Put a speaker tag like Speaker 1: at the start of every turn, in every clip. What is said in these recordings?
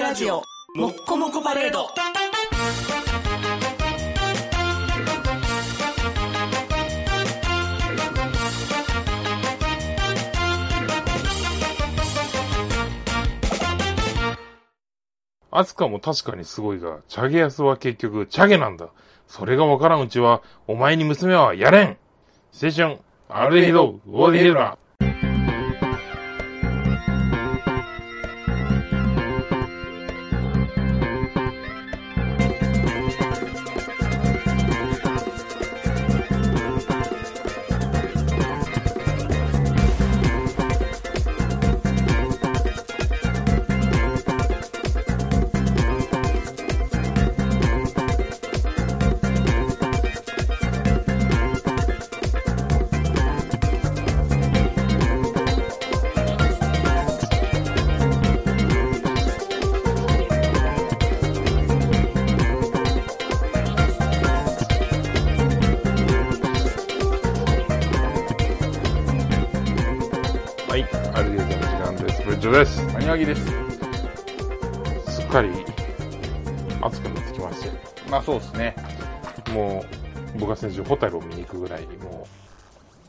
Speaker 1: ラジオもっこもこパレード
Speaker 2: アスカも確かにすごいが、チャゲヤスは結局、チャゲなんだ。それがわからんうちは、お前に娘はやれん青春、アルデヒド、オーディレラ。はい、アルデヒドの時間です。ブッチョです。
Speaker 3: アニワギです。
Speaker 2: すっかり、暑くなってきまして。
Speaker 3: まあそうですね。
Speaker 2: もう、僕は先週、ホタルを見に行くぐらい、も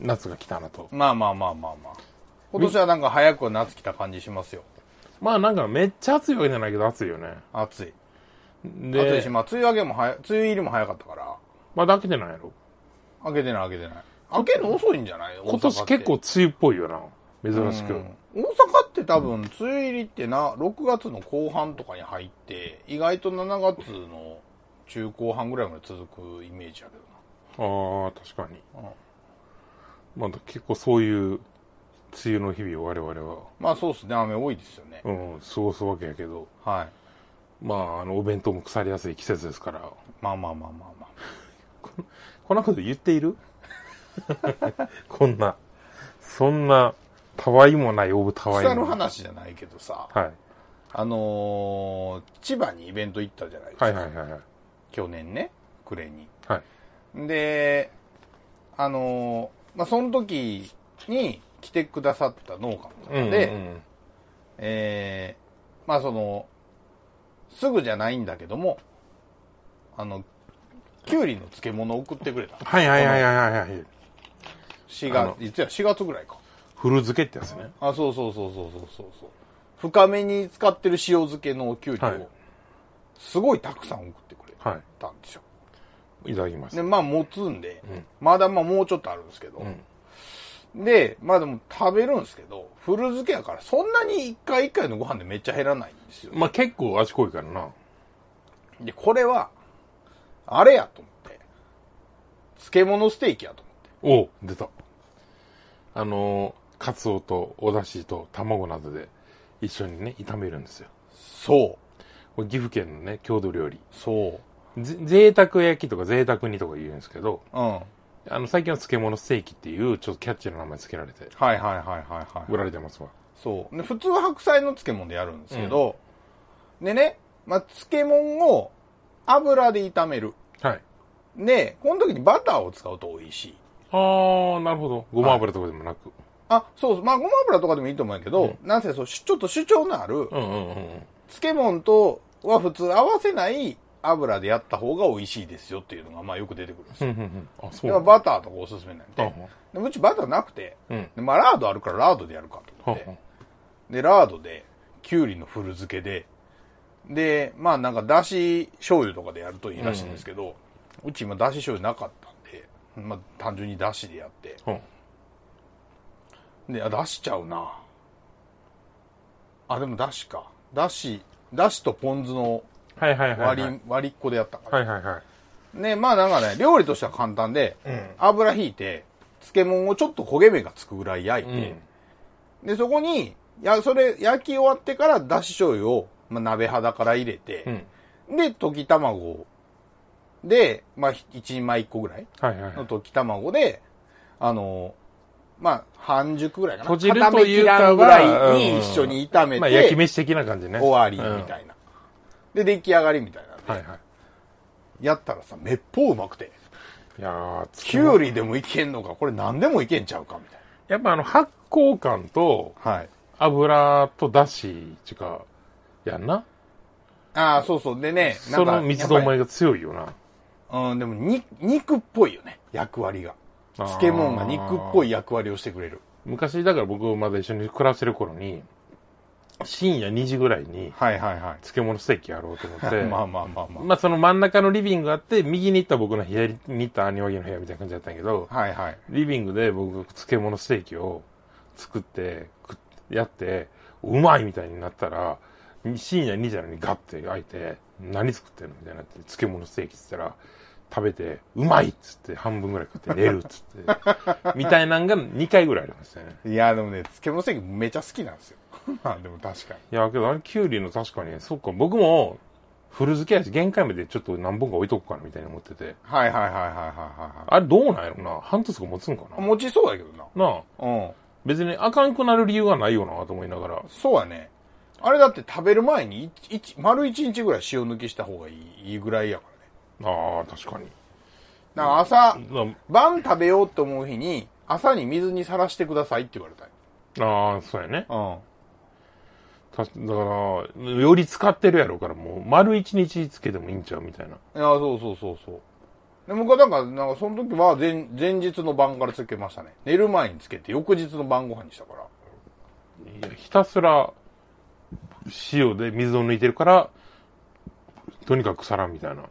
Speaker 2: う、夏が来たなと。
Speaker 3: まあまあまあまあまあ。今年はなんか早く夏来た感じしますよ。
Speaker 2: まあなんか、めっちゃ暑いわけじゃないけど、暑いよね。
Speaker 3: 暑い。暑いし、
Speaker 2: で、
Speaker 3: まあ梅雨明けも早い、梅雨入りも早かったから。
Speaker 2: まだ開けてないやろ。
Speaker 3: 明けてない明けてない。明けるの遅いんじゃない
Speaker 2: 今年結構、梅雨っぽいよな。
Speaker 3: 大阪
Speaker 2: 珍
Speaker 3: って
Speaker 2: しく。
Speaker 3: うん大阪って多分、梅雨入りってな、6月の後半とかに入って、意外と7月の中後半ぐらいまで続くイメージやけどな。
Speaker 2: ああ、確かに。まだ結構そういう梅雨の日々を我々は、
Speaker 3: まあそうですね、雨多いですよね。
Speaker 2: うん、過ごすわけやけど、
Speaker 3: はい。
Speaker 2: まあ、あの、お弁当も腐りやすい季節ですから、
Speaker 3: まあまあまあまあまあ。
Speaker 2: こんなこと言っている こんな、そんな、たわいもない、おぶたわい
Speaker 3: 腐る
Speaker 2: もない。
Speaker 3: 話じゃないけどさ。
Speaker 2: はい。
Speaker 3: あのー千葉にイベント行ったじゃないですか。
Speaker 2: はいはいはいはい。
Speaker 3: 去年ね、暮れに。
Speaker 2: はい。
Speaker 3: で、あのーまあ、その時に来てくださった農家の
Speaker 2: うん、
Speaker 3: 方で、えーまあその、すぐじゃないんだけども、あの、きゅうりの漬物を送ってくれた。
Speaker 2: はいはいはいはいはいはい。
Speaker 3: 4
Speaker 2: あの
Speaker 3: 月、実は4月ぐらいか。
Speaker 2: 古漬けってやつね。
Speaker 3: あ、そうそうそうそうそうそうそう。深めに使ってる塩漬けのきゅうりを、
Speaker 2: はい
Speaker 3: すごいたくさん送ってくれ
Speaker 2: は
Speaker 3: たんですよ。
Speaker 2: い。いただきます。
Speaker 3: で、まあ持つんで、
Speaker 2: ん
Speaker 3: まだまあもうちょっとあるんですけど
Speaker 2: う、ん。
Speaker 3: で、まあでも食べるんですけど、古漬けやからそんなに一回一回のご飯でめっちゃ減らないんですよ。
Speaker 2: まあ結構味濃いからな。
Speaker 3: で、これは、あれやと思って、漬物ステーキやと思って。
Speaker 2: おう出た。あのー、カツオとお出汁と卵などで一緒にね、炒めるんですよ。
Speaker 3: そう、
Speaker 2: これ岐阜県のね、郷土料理。
Speaker 3: そう。
Speaker 2: ぜ贅沢焼きとか贅沢煮とか言うんですけど、
Speaker 3: うん。はい
Speaker 2: あの、最近は漬物ステーキっていう、ちょっとキャッチーな名前つけられて、
Speaker 3: はいはいはいはい。
Speaker 2: 売られてますわ。
Speaker 3: そう。で普通は白菜の漬物でやるんですけど、でね、まあ漬物を油で炒める。
Speaker 2: はい。
Speaker 3: で、この時にバターを使うと美味しい。
Speaker 2: あー、なるほど。ごま油とかでもなく。
Speaker 3: あ、そうそう。まあ、ごま油とかでもいいと思うんやけど、なんせそう、しちょっと主張のある、
Speaker 2: うんうんうんうん。
Speaker 3: 漬物とは普通合わせない油でやった方が美味しいですよっていうのが、まあ、よく出てくるんです
Speaker 2: う
Speaker 3: よ。
Speaker 2: んうんうん。あ、そう
Speaker 3: だからバターとかおすすめなん
Speaker 2: あ
Speaker 3: で。でうちバターなくて、
Speaker 2: うん。
Speaker 3: でまあ、ラードあるからラードでやるかと
Speaker 2: は
Speaker 3: 思
Speaker 2: は
Speaker 3: って。で、ラードで、きゅうりの古漬けで、で、まあ、なんか、だし醤油とかでやるといいらしいんですけど、うち今、だし醤油なかったんで、まあ、単純にだしでやって、
Speaker 2: は
Speaker 3: で、あ、出しちゃうな。あ、でも出しか。出し、出しとポン酢の
Speaker 2: はいはいはい。
Speaker 3: 割り、
Speaker 2: はい
Speaker 3: 割りっこでやったから。
Speaker 2: はいはい。
Speaker 3: ね、まあなんかね、料理としては簡単で、油引いて、漬物をちょっと焦げ目がつくぐらい焼いて、で、そこに、や、それ焼き終わってから出し醤油を、まあ、鍋肌から入れ
Speaker 2: う
Speaker 3: て、
Speaker 2: ん。
Speaker 3: で、溶き卵で、まあ、ひ一人前一個ぐらい
Speaker 2: はいはいは
Speaker 3: の
Speaker 2: い。
Speaker 3: 溶き卵で、あの、まあ、半熟ぐらいかな。
Speaker 2: 閉じる
Speaker 3: 固め
Speaker 2: という
Speaker 3: き
Speaker 2: から
Speaker 3: んぐら
Speaker 2: う
Speaker 3: い
Speaker 2: ん
Speaker 3: に一緒に炒めて、
Speaker 2: まあ焼き飯的な感じね。
Speaker 3: 終わ
Speaker 2: う
Speaker 3: り
Speaker 2: ん
Speaker 3: みたいな。で、出来上がりみたいな。
Speaker 2: はいはい。
Speaker 3: やったらさ、めっぽううまくて。
Speaker 2: いやー、
Speaker 3: きゅうりでもいけんのか、これ何でもいけんちゃうか、みたい
Speaker 2: やっぱあの、発酵感と
Speaker 3: な。はい。
Speaker 2: 油とだし、ちゅうか、やんな。
Speaker 3: ああ、そうそう。でね、な
Speaker 2: そ
Speaker 3: んか
Speaker 2: の三つども
Speaker 3: や
Speaker 2: え
Speaker 3: っ
Speaker 2: が強いよな。
Speaker 3: ぱりうん、でもに、肉っぽいよね。役割が。漬物が肉っぽ
Speaker 2: い。
Speaker 3: い役割をしてくれる。
Speaker 2: 昔、だから僕まだ一緒に暮らしてる頃に、深夜2時ぐらいに
Speaker 3: はいはいは
Speaker 2: 漬物ステーキやろうと思っ
Speaker 3: い。
Speaker 2: て、
Speaker 3: まあまあまあま
Speaker 2: まあその真ん中のリビングがあって、右に行った僕の部屋、左に行った兄脇の部屋みたいな感じだったんやけど、
Speaker 3: あ。はいはい。
Speaker 2: リビングで僕が漬物ステーキを作って、食っやって、うまいみたいになったら、深夜2時なのにガッて開いて、何作ってんのみたいになって、漬物ステーキっつったら、食べて、うまいっつって、半分ぐらい食って寝るっつ って、みたいなんが2回ぐらいありましたね。
Speaker 3: いや、でもね、漬物ステーキめちゃ好きなんですよ。 まあでも確かに。
Speaker 2: いや、けどあれ、キュウリの確かに、そっか、僕も、古漬けやし、限界までちょっと何本か置いとこうかな、みたいに思ってて。
Speaker 3: はいはいはいはいはいはいは
Speaker 2: あれ、どうなんやろな半年とか持つんか
Speaker 3: い。
Speaker 2: な
Speaker 3: 持ちそうだけどな。
Speaker 2: なあ、
Speaker 3: うん。
Speaker 2: 別にあかんくなる理由はないよな、と思いながら。
Speaker 3: そうやね。あれだって食べる前に一一丸一日ぐらい塩抜きした方がいいいいぐらいやからね。
Speaker 2: ああ、確かに。
Speaker 3: だから朝、
Speaker 2: な
Speaker 3: 晩食べようと思う日に、朝に水にさらしてくださいって言われた
Speaker 2: ああ、そうやね。
Speaker 3: よ。
Speaker 2: ただから、より使ってるやろうから、もう、丸一日つけてもいいんちゃうみたいな。
Speaker 3: うん。いや、そうそうそうそう。で、僕はなんか、なんかその時は前、前日の晩からつけましたね。寝る前につけて、翌日の晩ご飯にしたから。
Speaker 2: いや、ひたすら、塩で水を抜いてるから、とにかく皿みたいな。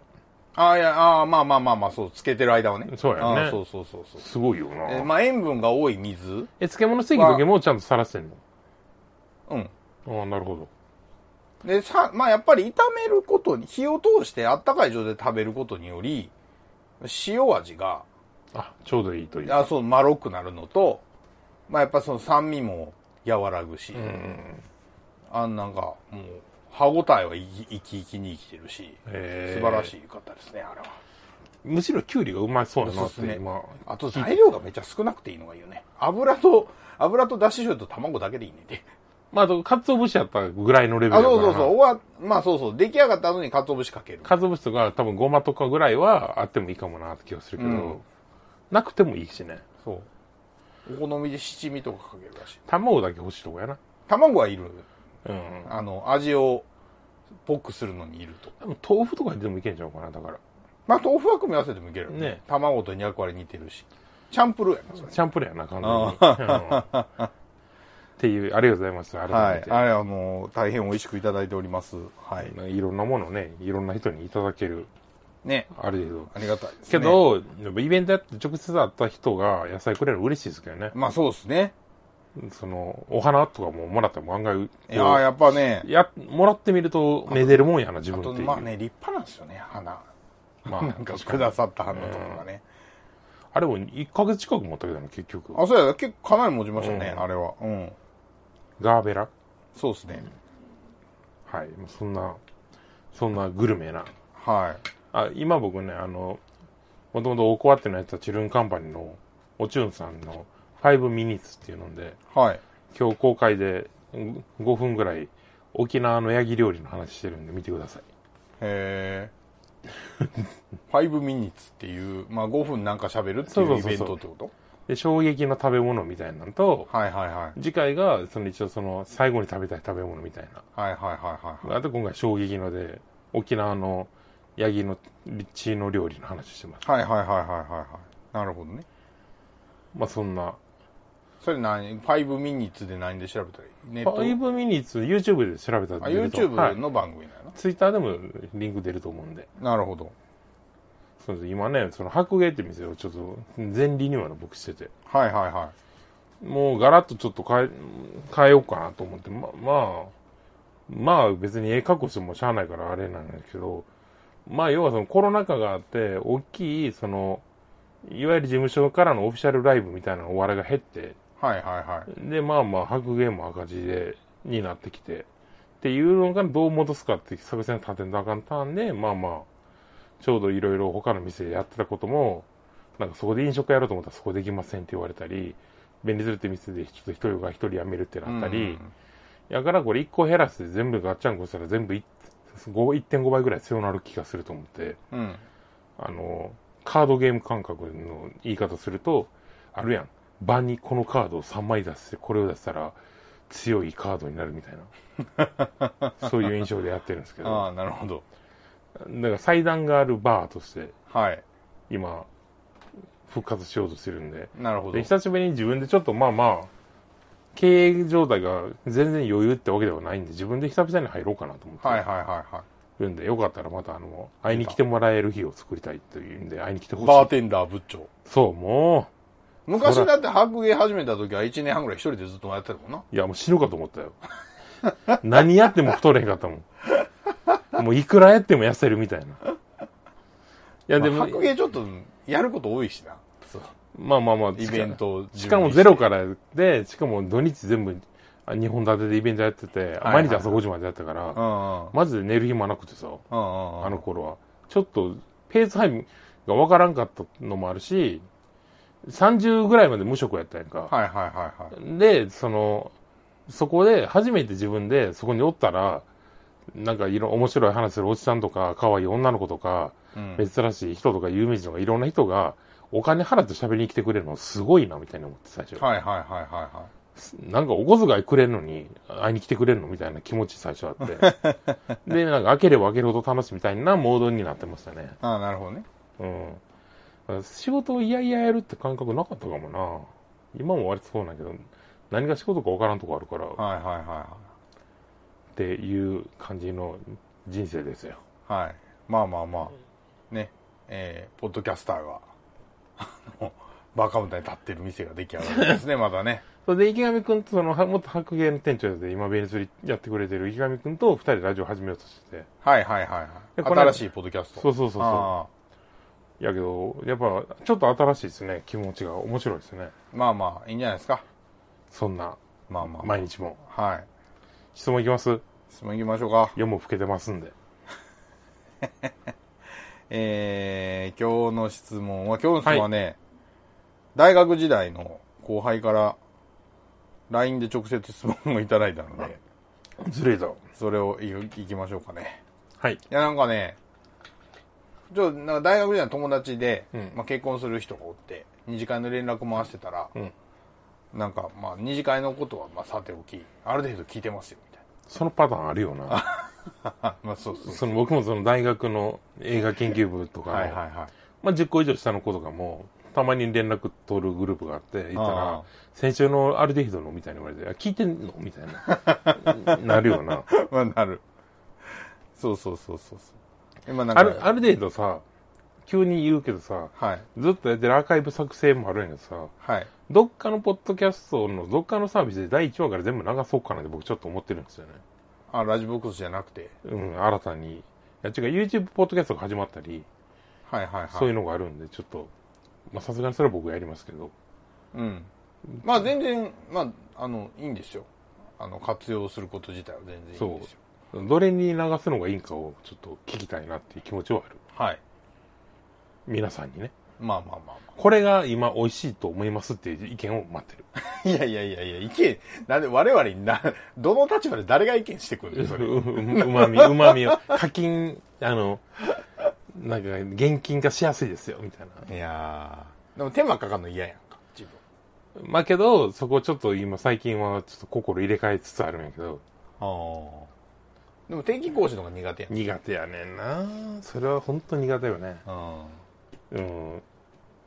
Speaker 3: ああ、いや、ああ、まあまあまあまあ、そう、つけてる間はね。
Speaker 2: そうやね
Speaker 3: ああそうそうそうそう。
Speaker 2: すごいよな。
Speaker 3: えまあ、塩分が多い水
Speaker 2: え、漬物ステーキだけもちゃんとさらしてんの
Speaker 3: うん。
Speaker 2: ああ、なるほど。
Speaker 3: で、さ、まあやっぱり炒めることに、火を通してあったかい状態で食べることにより、塩味が、
Speaker 2: あ、ちょうどいいという。
Speaker 3: あそう、まろくなるのと、まあやっぱその酸味も和らぐし、
Speaker 2: うん。
Speaker 3: あんなんか、もう、歯応えは生き生き生きに生きてるし、
Speaker 2: え
Speaker 3: 素晴ら
Speaker 2: い。
Speaker 3: しい方ですね、あれは。
Speaker 2: むしろキュウリがうまそうやな
Speaker 3: お
Speaker 2: っ
Speaker 3: すす
Speaker 2: て、
Speaker 3: め
Speaker 2: 今。
Speaker 3: あと材料がめっちゃ少なくていいのがいいよね。油と、油とだし醤油と卵だけでいいねんで。
Speaker 2: まあ、あと、かつお節やったぐらいのレベル
Speaker 3: あ、
Speaker 2: やから
Speaker 3: そ
Speaker 2: な
Speaker 3: うそうそう、おわ、まあそうそう、出来上がった後に鰹節かける。
Speaker 2: かつお節とか多分ごまとかぐらいはあってもいいかもなって気がするけど、
Speaker 3: うん
Speaker 2: なくてもいいしね
Speaker 3: そう。お好みで七味とかかけるらしい。
Speaker 2: 卵だけ欲しいとこやな
Speaker 3: 卵はいる。
Speaker 2: うん
Speaker 3: あの、味を、ぽくするのにいると。
Speaker 2: 多分豆腐とかでもいけんちゃうかなだから
Speaker 3: まあ、豆腐は組み合わせてもいけるよね。
Speaker 2: ね
Speaker 3: 卵と200割似てるし。チャンプルーやな、それ。
Speaker 2: チャンプルーやな完全に、うんっていうありがとうございます改めて、
Speaker 3: あれ、あの、大変美味しくいただいております。はい。
Speaker 2: い、ろんなものをねいろんな人にいただける
Speaker 3: ね。
Speaker 2: あれでど
Speaker 3: ありがたいです、
Speaker 2: け、
Speaker 3: ね。
Speaker 2: ど、やっぱイベントやって直接会った人が野菜くれるの嬉しいですけどね。
Speaker 3: まあ、そうですね。
Speaker 2: その、お花とかももらっても案外、
Speaker 3: いやーやっぱね、
Speaker 2: や、もらってみると、めでるもんやな、自
Speaker 3: あ
Speaker 2: 分
Speaker 3: と、
Speaker 2: っていう。
Speaker 3: まあね、立派なんですよね、花。
Speaker 2: まあ
Speaker 3: なんか、
Speaker 2: 確か
Speaker 3: く
Speaker 2: に
Speaker 3: ださった花とかがね。
Speaker 2: あれも1ヶ月近く持ったけどね、結局。
Speaker 3: あ、そうや、結構かなり持ちましたね、
Speaker 2: うん
Speaker 3: あれは。うん。
Speaker 2: ガーベラ
Speaker 3: そうですね。
Speaker 2: はい。そんな、そんなグルメな。
Speaker 3: はい。
Speaker 2: あ、今僕ね、あの、もともとオコワってのやってたチュルンカンパニーのおチュンさんの5ミニッツっていうので、
Speaker 3: はい。
Speaker 2: 今日公開でうん5分ぐらい沖縄のヤギ料理の話してるんで見てください。
Speaker 3: へ ー5ミニッツっていう、まあ、5分なんか喋るって
Speaker 2: そう
Speaker 3: い
Speaker 2: そうう
Speaker 3: イ
Speaker 2: そうそう
Speaker 3: ベントってこと
Speaker 2: で、衝撃の食べ物みたいなのと、
Speaker 3: はいはいはい。
Speaker 2: 次回が、その一応その最後に食べたい食べ物みたいな。
Speaker 3: はいはいはいはいはい。
Speaker 2: あと今回衝撃ので、沖縄のヤギのチーノ料理の話してます。
Speaker 3: はいはいはいはいはいはい。なるほどね。
Speaker 2: まあそんな
Speaker 3: それ何 ?5 ミニッツで何で調べたらいいネット。
Speaker 2: 5ミニッツ YouTube で調べた
Speaker 3: あ、
Speaker 2: ら出ると
Speaker 3: YouTube の番組なの、
Speaker 2: ツイッターでもリンク出ると思うんで。
Speaker 3: なるほど。
Speaker 2: そうです今ね、その白芸って店をちょっと全リニューアル僕してて、
Speaker 3: はいはいは
Speaker 2: もうガラッとちょっと変え、変えようかなと思って、ま、まあ、まあ別にええ格好してもしゃあないからあれなんですけど、まあ要はそのコロナ禍があって、大きいその、いわゆる事務所からのオフィシャルライブみたいなお笑いが減って、
Speaker 3: い。はいはいはい。
Speaker 2: で、まあまあ、白芸も赤字で、になってきて、っていうのがどう戻すかって久々に立てなあかんたんで、まあまあ、ちょうどいろいろ他の店でやってたことも、なんかそこで飲食やろうと思ったらそこできませんって言われたり、便利するって店でちょっと一人が一人辞めるってなったり、やからこれ一個減らして全部ガッチャンコしたら全部いご1.5倍ぐらい強なる気がすると思って、
Speaker 3: うん。うん。
Speaker 2: あの、カードゲーム感覚の言い方すると、あるやん。場にこのカードを3枚出して、これを出したら、強いカードになるみたい なそういう印象でやってるんですけ
Speaker 3: あ
Speaker 2: ど
Speaker 3: あ、なるほど。
Speaker 2: だから祭壇があるバーとして
Speaker 3: はい。
Speaker 2: 今復活しようとしてるんで
Speaker 3: なるほど
Speaker 2: で。久しぶりに自分でちょっとまあまあ経営状態が全然余裕ってわけではないんで自分で久々に入ろうかなと思
Speaker 3: はい
Speaker 2: っ
Speaker 3: はいはいは
Speaker 2: てるんで、よかったらまたあの会いに来てもらえる日を作りたいというんで会いに来て
Speaker 3: い。バ
Speaker 2: ほ
Speaker 3: ー
Speaker 2: しい
Speaker 3: テンダー仏長。
Speaker 2: そうも
Speaker 3: 昔だって白芸始めた時は1年半ぐらい一人でずっとやってたもんな。
Speaker 2: ういやもう死ぬかと思ったよ 何やっても太れへんかったもんもういくらやっても痩せるみたいないやで
Speaker 3: ま
Speaker 2: も
Speaker 3: あ白芸ちょっとやること多いしな。
Speaker 2: まあまあまあ
Speaker 3: イベントを
Speaker 2: しかもゼロからで、しかも土日全部あ2本立てでイベントやってて、
Speaker 3: いはい
Speaker 2: 毎日朝5時までやったから、
Speaker 3: うんうん。
Speaker 2: マジで寝る暇なくてさ、
Speaker 3: うんうん。
Speaker 2: あの頃は。ちょっと、ペース配分がわからんかったのもあるし、30ぐらいまで無職やったやんか。
Speaker 3: はいはいはいはい。
Speaker 2: で、その、そこで、初めて自分でそこにおったら、なんかいろ、面白い話するおじさんとか、可愛い女の子とか、
Speaker 3: うん
Speaker 2: 珍しい人とか有名人とかいろんな人が、お金払って喋りに来てくれるのすごいな、みたいに思って最初。
Speaker 3: はいはいはいはいは
Speaker 2: なんかお小遣いくれるのに、会いに来てくれるのみたいな気持ち最初あ って。で、なんか開ければ開けるほど楽しいみたいなモードになってましたね。
Speaker 3: い。ああ、なるほどね。
Speaker 2: うん。仕事をいやいややるって感覚なかったかもな。今も割とそうなんやけど、何が仕事かわからんとこあるから、っ
Speaker 3: はいはいはいは
Speaker 2: ていう感じの人生ですよ。
Speaker 3: い。はい。まあまあまあ。ね。えー、ポッドキャスターが、あの、バカみたいに立ってる店が出来上がるんで すね、まだね。
Speaker 2: それで池上くんとその、は元白芸の店長で今ベニスリやってくれてる池上くんと二人でラジオ始めようとしてて。
Speaker 3: はいはいはい
Speaker 2: で
Speaker 3: は
Speaker 2: こ
Speaker 3: い。
Speaker 2: れ
Speaker 3: 新しいポッドキャスト。
Speaker 2: そうそうそうそう
Speaker 3: あ
Speaker 2: やけど、やっぱちょっと新しいですね。気持ちが面白いですね。
Speaker 3: あまあまあ、いいんじゃないですか。
Speaker 2: そんな
Speaker 3: まあまあ。
Speaker 2: 毎日も。
Speaker 3: はい。
Speaker 2: 質問いきます
Speaker 3: 質問行きましょうか。
Speaker 2: 夜も更けてますんで。
Speaker 3: えー、今日の質問は、今日の質問はね、大学時代の後輩から LINE で直接質問をいただいたので、
Speaker 2: ずるいぞ。
Speaker 3: それをいいきましょうかね。
Speaker 2: はい。
Speaker 3: いや、なんかね、ちょっとなんか大学時代の友達で、
Speaker 2: うん
Speaker 3: まあ、結婚する人がおって、二次会の連絡回してたら、
Speaker 2: うん
Speaker 3: なんか、まあ、二次会のことは、まあ、さておき、ある程度聞いてますよ、みたい
Speaker 2: そのパターンあるよな。
Speaker 3: な。まあ、そうそう
Speaker 2: その僕もその大学の映画研究部とかの、
Speaker 3: はいはいはい。
Speaker 2: まあ10個以上下の子とかも、たまに連絡取るグループがあって、いた
Speaker 3: ああ
Speaker 2: ら、先週のアルデヒドのみたいに言われて、あ聞いてんのみたい な。なるよな。
Speaker 3: まあ、なる。そうそうそうそうそう。今なんか、
Speaker 2: ある、ある程度さ、急に言うけどさ、
Speaker 3: はい。
Speaker 2: ずっとやってるアーカイブ作成もあるんやけどさ、
Speaker 3: はい。
Speaker 2: どっかのポッドキャストのどっかのサービスで第1話から全部流そうかなって僕ちょっと思ってるんですよね。
Speaker 3: あ、ラジボックスじゃなくて。
Speaker 2: うん、新たに。いや、違う、YouTube ポッドキャストが始まったり、
Speaker 3: はいはいはい。
Speaker 2: そういうのがあるんで、ちょっと、まあ、さすがにそれは僕がやりますけど。
Speaker 3: うん。まあ全然、まあ、あの、いいんですよ。あの、活用すること自体は全然いいん
Speaker 2: そ
Speaker 3: ですよ。
Speaker 2: う。どれに流すのがいいんかを、ちょっと聞きたいなっていう気持ちはある。
Speaker 3: はい。
Speaker 2: 皆さんにね。
Speaker 3: まあまあまあま
Speaker 2: これが今美味しいと思いますっていう意見を待ってる。
Speaker 3: あ。いやいやいやいや、意見、なんで我々にな、どの立場で誰が意見してくるんです
Speaker 2: うううまみ、うまみを。課金、あの、なんか、現金化しやすいですよ、みたいな。
Speaker 3: いやー。でも手間かかるの嫌やんか、自分。
Speaker 2: まあけど、そこちょっと今最近はちょっと心入れ替えつつあるんやけど、
Speaker 3: ああ。でも定期講師の方が苦手やん。
Speaker 2: 苦手やねんなそれは本当苦手よね。
Speaker 3: うん。
Speaker 2: うん。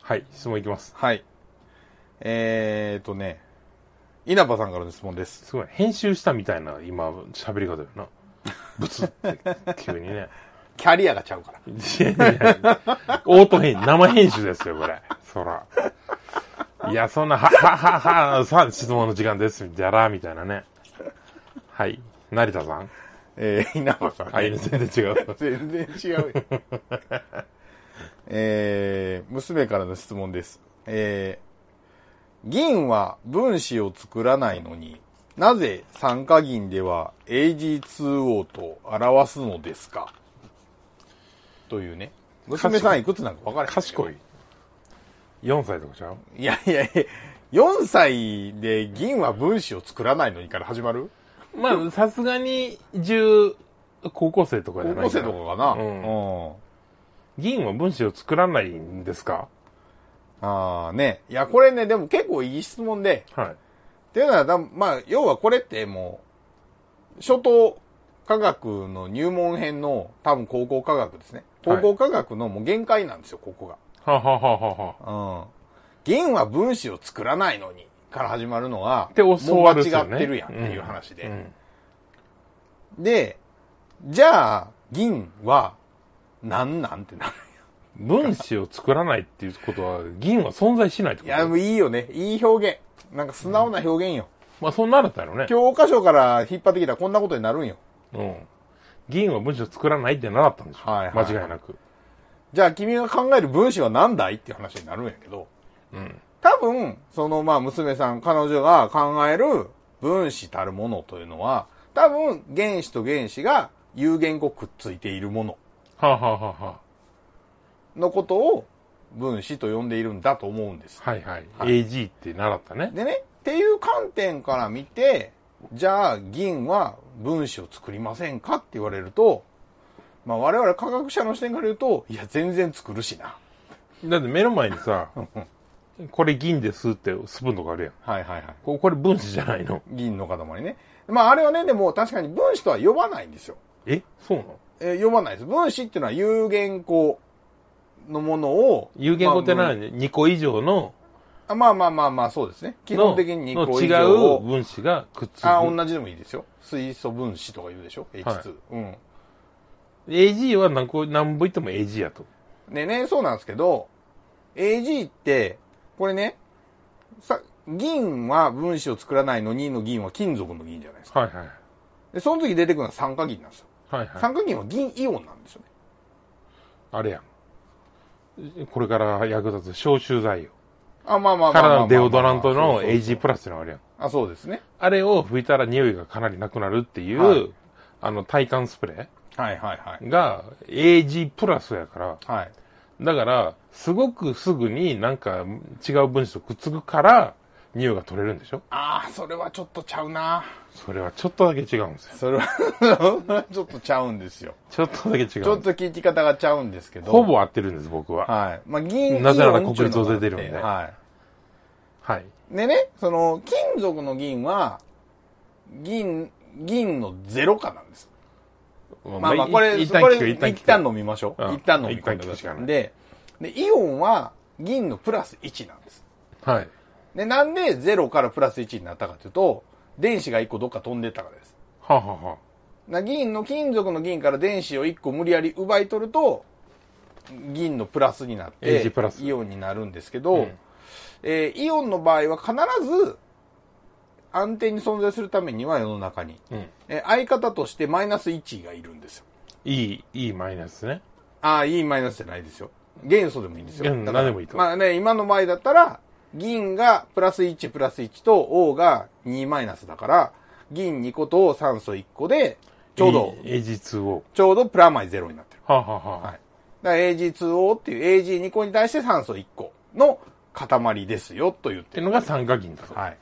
Speaker 2: はい、質問いきます。
Speaker 3: はい。えーとね、稲葉さんからの質問です。
Speaker 2: すごい。編集したみたいな、今、喋り方よな。ブツって、急にね。
Speaker 3: キャリアがちゃうから。
Speaker 2: いやいやオート編、生編集ですよ、これ。そら。いや、そんな、は、は、は、は、さあ、質問の時間です。じゃら、みたいなね。はい。成田さん
Speaker 3: えー、稲葉さん、
Speaker 2: あ、いや全然違う。
Speaker 3: 全然違う よ。えー、娘からの質問です。えー、銀は分子を作らないのに、なぜ酸化銀では AG2O と表すのですかというね。娘さんいくつなんか分からへん。
Speaker 2: 賢い。4歳とかちゃう
Speaker 3: いやいやいや、4歳で銀は分子を作らないのにから始まる
Speaker 2: まあ、さすがに、10、高校生とかじ
Speaker 3: 高
Speaker 2: ゃない
Speaker 3: 校生とかかな。
Speaker 2: うん
Speaker 3: うん
Speaker 2: 銀は分子を作らないんですか
Speaker 3: ああね。いや、これね、でも結構いい質問で、
Speaker 2: はい。
Speaker 3: っていうのはだ、まあ、要はこれってもう、初等科学の入門編の多分高校科学ですね。
Speaker 2: はい
Speaker 3: 高校科学のもう限界なんですよ、ここが。
Speaker 2: はあはあはあはあはあ
Speaker 3: うん。元は分子を作らないのにから始まるのは、
Speaker 2: って教わるっす
Speaker 3: も
Speaker 2: よね
Speaker 3: う間違ってるやんっていう話で。
Speaker 2: うんうん
Speaker 3: で、じゃあ、銀は、なんなんてなる。
Speaker 2: 分子を作らないっていうことは、銀は存在しないって
Speaker 3: い
Speaker 2: こと
Speaker 3: や、もういいよね。いい表現。なんか素直な表現よ。
Speaker 2: まあ、そうなるだろうね。
Speaker 3: 教科書から引っ張ってきたらこんなことになるんよ。
Speaker 2: うん。銀は分子を作らないってなかったんでしょ。
Speaker 3: はいはいはい
Speaker 2: 間違いなく。
Speaker 3: じゃあ君が考える分子は何だいっていう話になるんやけど、
Speaker 2: うん。
Speaker 3: 多分、そのまあ娘さん、彼女が考える分子たるものというのは、多分原子と原子が有限個くっついているもの
Speaker 2: はあ、はあはあは
Speaker 3: のことを分子と呼んでいるんだと思うんです。
Speaker 2: あ、はいはい。
Speaker 3: はい
Speaker 2: AG って習ったね。
Speaker 3: でね、っていう観点から見て、じゃあ銀は分子を作りませんかって言われると、まあ我々科学者の視点から言うと、いや全然作るしな。
Speaker 2: だって目の前にさ、これ銀ですってスプーンとかあるやん。
Speaker 3: はいはいはい。
Speaker 2: ここれ分子じゃないの。
Speaker 3: 銀の塊ね。まああれはね、でも確かに分子とは呼ばないんですよ。
Speaker 2: えそうなの
Speaker 3: えー呼ばないです。分子っていうのは有限個のものを。
Speaker 2: 有限個って
Speaker 3: まあ
Speaker 2: 何、ね、?2 個以上の、
Speaker 3: あまあまあまあまあ、そうですね。基本的に2個以
Speaker 2: の
Speaker 3: 上
Speaker 2: 違う
Speaker 3: を。
Speaker 2: 分子がくっつく。
Speaker 3: あ、同じでもいいですよ。水素分子とか言うでしょ ?H2。
Speaker 2: は AG は何個、何部いっても AG やと。
Speaker 3: うん。でね、そうなんですけど、AG って、これね、さ、銀は分子を作らないのにの銀は金属の銀じゃないですか。
Speaker 2: はいはい。
Speaker 3: で、その時出てくるのは酸化銀なんですよ。
Speaker 2: はいはい。
Speaker 3: 酸化銀は銀イオンなんですよね。
Speaker 2: あれやん。これから役立つ消臭剤よ。
Speaker 3: あ、まあまあまあまあまあ
Speaker 2: 体
Speaker 3: まあ
Speaker 2: のデオドラントの
Speaker 3: そうそうそう
Speaker 2: AG プラスってのがあるやん。
Speaker 3: あ、そうですね。
Speaker 2: あれを拭いたら匂いがかなりなくなるっていう、
Speaker 3: はい
Speaker 2: あの体感スプレ
Speaker 3: はいはいはい。
Speaker 2: ーが AG プラスやから、
Speaker 3: はい。
Speaker 2: だから、すごくすぐになんか違う分子とくっつくから、匂いが取れるんでしょ
Speaker 3: ああ、それはちょっとちゃうな。
Speaker 2: それはちょっとだけ違うんですよ。
Speaker 3: それはそれはちょ っとちゃうんですよ。
Speaker 2: ちょっとだけ違
Speaker 3: ちょ
Speaker 2: う
Speaker 3: っ。と聞き方がちゃうんですけど。
Speaker 2: ほ。ぼ合ってるんです、僕は。
Speaker 3: はい。まあ、銀
Speaker 2: なぜなら
Speaker 3: イオンっていうのがあ
Speaker 2: 国
Speaker 3: っ
Speaker 2: 立を出てるんで
Speaker 3: は
Speaker 2: はい。
Speaker 3: い。でね、その、金属の銀は、銀、銀のゼロ化なんです。まあまあ、
Speaker 2: い
Speaker 3: これ、
Speaker 2: 一旦
Speaker 3: これ
Speaker 2: 聞く、一旦聞
Speaker 3: 一
Speaker 2: く。
Speaker 3: 旦飲みましょう。
Speaker 2: うん
Speaker 3: 一旦飲み込んで
Speaker 2: 一
Speaker 3: くだ
Speaker 2: 旦聞くしか
Speaker 3: さ
Speaker 2: ない
Speaker 3: い。で、で、イオンは、銀のプラス1なんです。
Speaker 2: はい。
Speaker 3: で、なんで0からプラス1になったかというと、電子が1個どっか飛んでったからです。
Speaker 2: はあ、はあはあ、
Speaker 3: な銀の金属の銀から電子を1個無理やり奪い取ると銀のプラスになって
Speaker 2: Ag プラス
Speaker 3: イオンになるんですけど、
Speaker 2: うん
Speaker 3: えーイオンの場合は必ず安定に存在するためには世の中に、
Speaker 2: うん。
Speaker 3: えー相方としてマイナス1がいるんですよ
Speaker 2: いい、いいマイナスね。
Speaker 3: ああいいマイナスじゃないですよ元素でもいいんですよ、
Speaker 2: うん
Speaker 3: だから
Speaker 2: 何でもいいと
Speaker 3: まあね今の場合だったら銀がプラス1プラス1と O が2マイナスだから銀2個と酸素1個でちょうど
Speaker 2: いい AG2O。
Speaker 3: ちょうどプラマイゼロになってる
Speaker 2: はあ、はあはあ
Speaker 3: はい。だから AG2O っていう AG2 個に対して酸素1個の塊ですよと言っ
Speaker 2: ってて
Speaker 3: る。
Speaker 2: のが酸化銀だと。
Speaker 3: はい。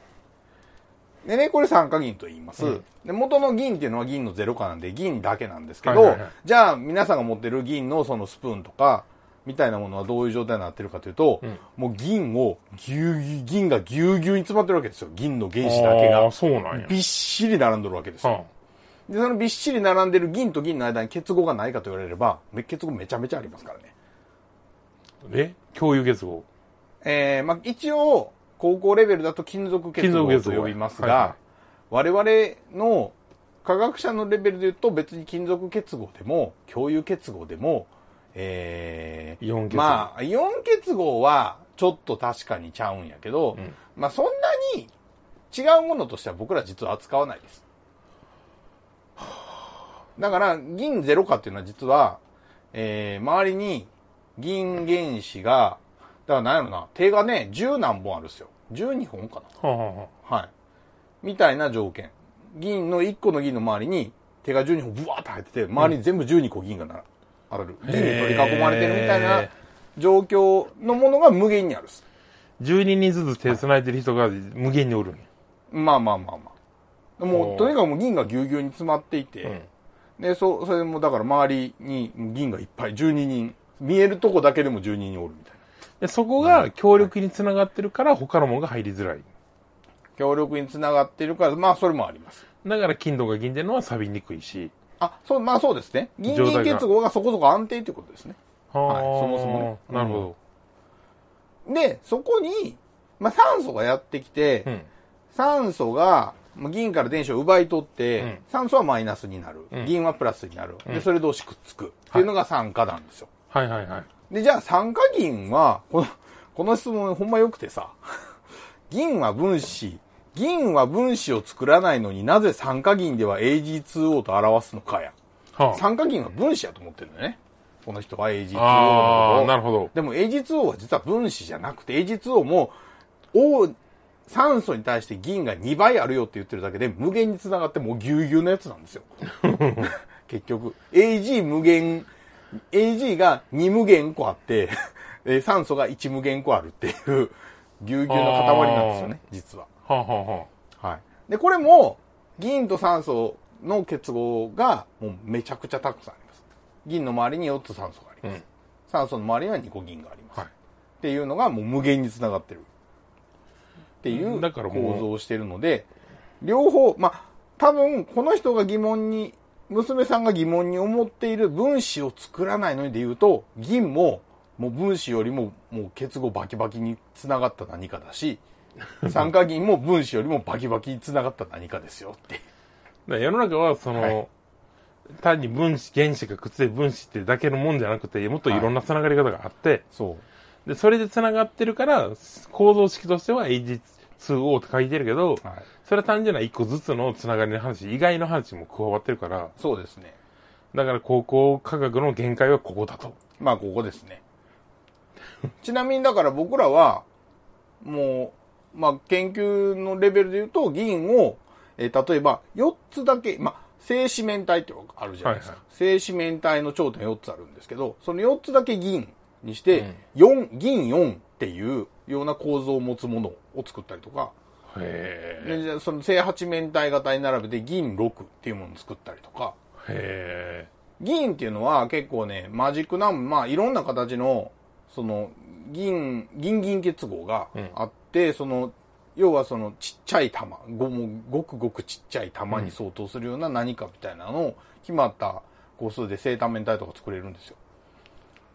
Speaker 3: でね、これ酸化銀と言います、
Speaker 2: うん
Speaker 3: で。元の銀っていうのは銀のゼロ化なんで銀だけなんですけ
Speaker 2: は
Speaker 3: ど、
Speaker 2: いはいはい
Speaker 3: じゃあ皆さんが持ってる銀のそのスプーンとか、みたいなものはどういう状態になってるかというと、
Speaker 2: ん
Speaker 3: もう銀をぎゅうぎゅう、銀がぎゅうぎゅうに詰まってるわけですよ。銀の原子だけ
Speaker 2: あ
Speaker 3: が
Speaker 2: あ、。そうなんや。
Speaker 3: びっしり並んでるわけですよ。
Speaker 2: は
Speaker 3: で、そのびっしり並んでる銀と銀の間に結合がないかと言われれば、め結合めちゃめちゃありますからね。
Speaker 2: あえ共有結合。
Speaker 3: えーまあ、一応、高校レベルだと金属結
Speaker 2: 金
Speaker 3: 合
Speaker 2: 属
Speaker 3: と
Speaker 2: 結合
Speaker 3: 呼びますが、
Speaker 2: は
Speaker 3: 我々の科学者のレベルで言うと別に金属結合でも、共有結合でも、えー
Speaker 2: イオン結合
Speaker 3: まあ、イオン結合はちょっと確かにちゃうんやけど、
Speaker 2: うん
Speaker 3: まあそんなに違うものとしては僕ら実は扱わないです。だから、銀ゼロ化っていうのは実は、えー、周りに銀原子が、だから何やろな、手がね、10何本あるんですよ。12本か
Speaker 2: はあ、はあは
Speaker 3: な。はい。みたいな条件。銀の1個の銀の周りに手が12本ブワーって入ってて、周りに全部12個銀がならある。銀に取り囲まれてるみたい
Speaker 2: へー
Speaker 3: な状況のものが無限にあるんです。
Speaker 2: あ、12人ずつ手繋いでる人が無限におるんや。
Speaker 3: まあまあまあまあ。も
Speaker 2: おー
Speaker 3: う、とにかくもう銀がぎゅうぎゅうに詰まっていて、で、そう、それもだから周りに銀がいっぱい、12人、見えるとこだけでも12人おるみたいな。
Speaker 2: でそこが協力につながってるから他のものが入りづらい。
Speaker 3: 協力につながってるから、まあそれもあります。
Speaker 2: だから金土が銀でのは錆びにくいし。
Speaker 3: あ、そう、まあそうですね。銀
Speaker 2: 状態が
Speaker 3: 銀結合がそこそこ安定ということですね。
Speaker 2: はー
Speaker 3: そもそもね
Speaker 2: なるほ
Speaker 3: で、そこに、まあ酸素がやってきて、
Speaker 2: ど。うん。
Speaker 3: 酸素がまあ銀から電子を奪い取って、
Speaker 2: うん
Speaker 3: 酸素はマイナスになる、
Speaker 2: うん
Speaker 3: 銀はプラスになる、
Speaker 2: う
Speaker 3: で
Speaker 2: ん
Speaker 3: それ同士くっつくっていうのが酸化なんですよ、
Speaker 2: はいはいはい。
Speaker 3: でじゃあ酸化銀はこのこの質問ほんまよくてさ 銀は分子銀は分子を作らないのになぜ酸化銀では AG2O と表すのかや
Speaker 2: は
Speaker 3: 酸化銀は分子やと思ってるんだよねこの人は AG2O
Speaker 2: あ。
Speaker 3: のこと
Speaker 2: あ
Speaker 3: を
Speaker 2: あ、なるほど。
Speaker 3: でも AG2O は実は分子じゃなくて AG2O も O 酸素に対して銀が2倍あるよって言ってるだけで無限に繋がってもうぎゅうぎゅうのやつなんですよ。結局。AG 無限、AG が2無限個あって、えー酸素が1無限個あるっていうぎゅうぎゅうの塊なんですよね、実は。
Speaker 2: はあ、はあは
Speaker 3: はい。で、これも銀と酸素の結合がもうめちゃくちゃたくさんあります。銀の周りに4つ酸素があります
Speaker 2: あ。。うん。
Speaker 3: 酸素の周りには2個銀があります、
Speaker 2: はい
Speaker 3: っていうのがもう無限につながってるっていう
Speaker 2: だからもう
Speaker 3: 構造をしてるので両方まあ多分この人が疑問に娘さんが疑問に思っている分子を作らないのにで言うと銀ももう分子よりももう結合バキバキにつながった何かだ し酸化銀も分子よりもバキバキにつながった何かですよって
Speaker 2: だから世の中は、その、
Speaker 3: はい
Speaker 2: 単に分子、原子がくっついて分子ってだけのもんじゃなくて、もっといろんなつながり方があって、
Speaker 3: そう
Speaker 2: で、それで繋がってるから、構造式としては AG2O って書いてるけど、
Speaker 3: はい
Speaker 2: それは単純な一個ずつのつながりの話、以外の話も加わってるから、
Speaker 3: そうですね
Speaker 2: だから高校科学の限界はここだと。
Speaker 3: まあ、ここですね。ちなみに、だから僕らは、もう、まあ、研究のレベルで言うと、銀を、えー例えば、4つだけ、まあ、正四面体ってあるじゃないですか。
Speaker 2: はい
Speaker 3: 正四面体の頂点4つあるんですけど、その4つだけ銀にし
Speaker 2: う
Speaker 3: て
Speaker 2: ん、
Speaker 3: 四銀4っていうような構造を持つものを作ったりとか、
Speaker 2: へ
Speaker 3: でじゃあその正八面体型に並べて銀6っていうものを作ったりとか、
Speaker 2: え。へ
Speaker 3: 銀っていうのは結構ね、マジックナンバー、まあいろんな形の、その、銀、銀銀結合が
Speaker 2: うん
Speaker 3: あって、その、要はそのちっちゃい玉、ごもうごくごくちっちゃい玉に相当するような何かみたいなのを決まった個数で正多面体とか作れるんですよ。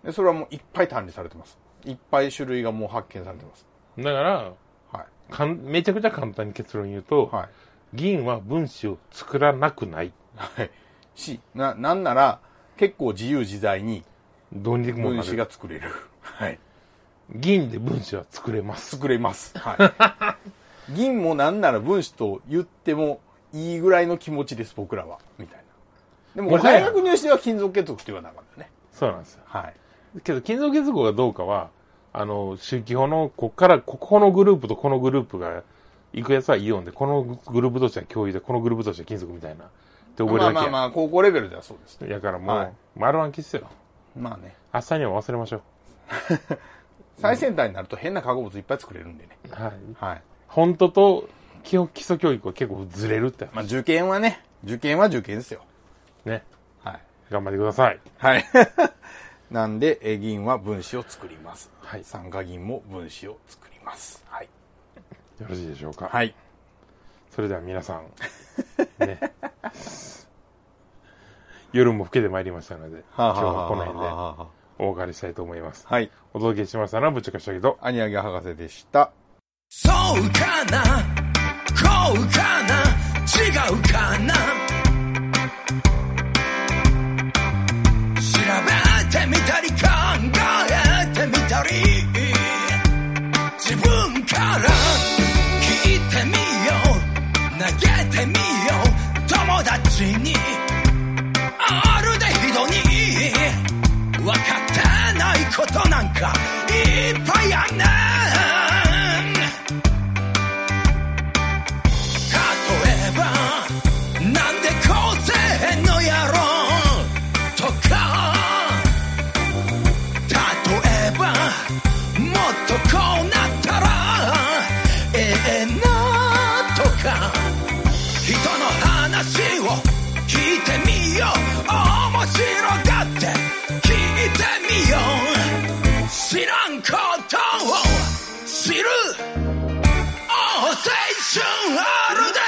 Speaker 3: で、それはもういっぱい単理されてます。いっぱい種類がもう発見されてます。
Speaker 2: え。だから、
Speaker 3: はい。
Speaker 2: かん、めちゃくちゃ簡単に結論言うと、
Speaker 3: はい。
Speaker 2: 銀は分子を作らなくない。
Speaker 3: はい。し、な、なんなら結構自由自在に
Speaker 2: どうにでも
Speaker 3: 分
Speaker 2: な
Speaker 3: 子
Speaker 2: る。
Speaker 3: が作れる。 はい。
Speaker 2: 銀で分子は作れます。
Speaker 3: 作れます。 はい。銀もなんなら分子と言ってもいいぐらいの気持ちです、僕らは。みたいな。でもこれ
Speaker 2: もは
Speaker 3: 大
Speaker 2: や
Speaker 3: 学入試では金属結合って言わなかったね。
Speaker 2: そうなんですよ。
Speaker 3: はい。
Speaker 2: けど、金属結合がどうかは、あの、周期法の、こっから、ここのグループとこのグループが、行くやつはイオンで、このグループ同士は共有で、このグループ同士は金属みたいな。って覚える
Speaker 3: まあ
Speaker 2: だけや。
Speaker 3: まあまあ、高校レベルではそうですね。
Speaker 2: やからもう、
Speaker 3: はい
Speaker 2: 丸暗記っすよ。
Speaker 3: まあね。
Speaker 2: 明日には忘れましょ
Speaker 3: 最先端になると変な化合物いっぱい作れるんでね。
Speaker 2: う。はい。
Speaker 3: はい。
Speaker 2: 本当と基本基礎教育は結構ずれるって。
Speaker 3: まあ受験はね、受験は受験ですよ。
Speaker 2: ね。
Speaker 3: はい。
Speaker 2: 頑張ってください。
Speaker 3: はい。なんで、え銀は分子を作ります。
Speaker 2: はい
Speaker 3: 酸化銀も分子を作ります。はい。
Speaker 2: よろしいでしょうか。
Speaker 3: はい。
Speaker 2: それでは皆さん、ね。 夜も更けてまいりましたので、今日はこの辺で
Speaker 3: は
Speaker 2: お別れしたいと思います。
Speaker 3: はい。
Speaker 2: お届けしましたのはぶっちゃかしたけど、
Speaker 3: アニアゲ博士でした。
Speaker 1: そうかなこうかな違うかな調べてみたり考えてみたり自分から聞いてみよう投げてみよう友達にあるでひどに分かってないことなんかいっぱいあんねん例えばなんでこうせへんのやろとか例えばもっとこうなったらええなとか人の話を聞いてみよう面白がって聞いてみよう知らんことを知る仰せールで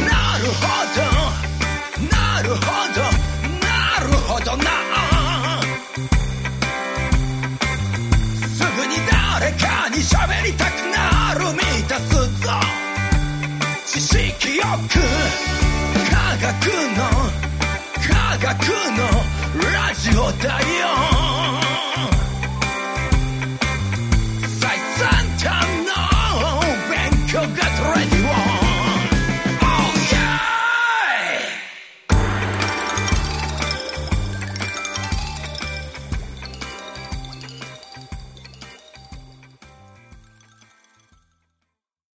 Speaker 1: なるほどなるほどなるほどなすぐに誰かに喋りたくなる満たすぞ知識欲科学の科学のラジオだよ Oh,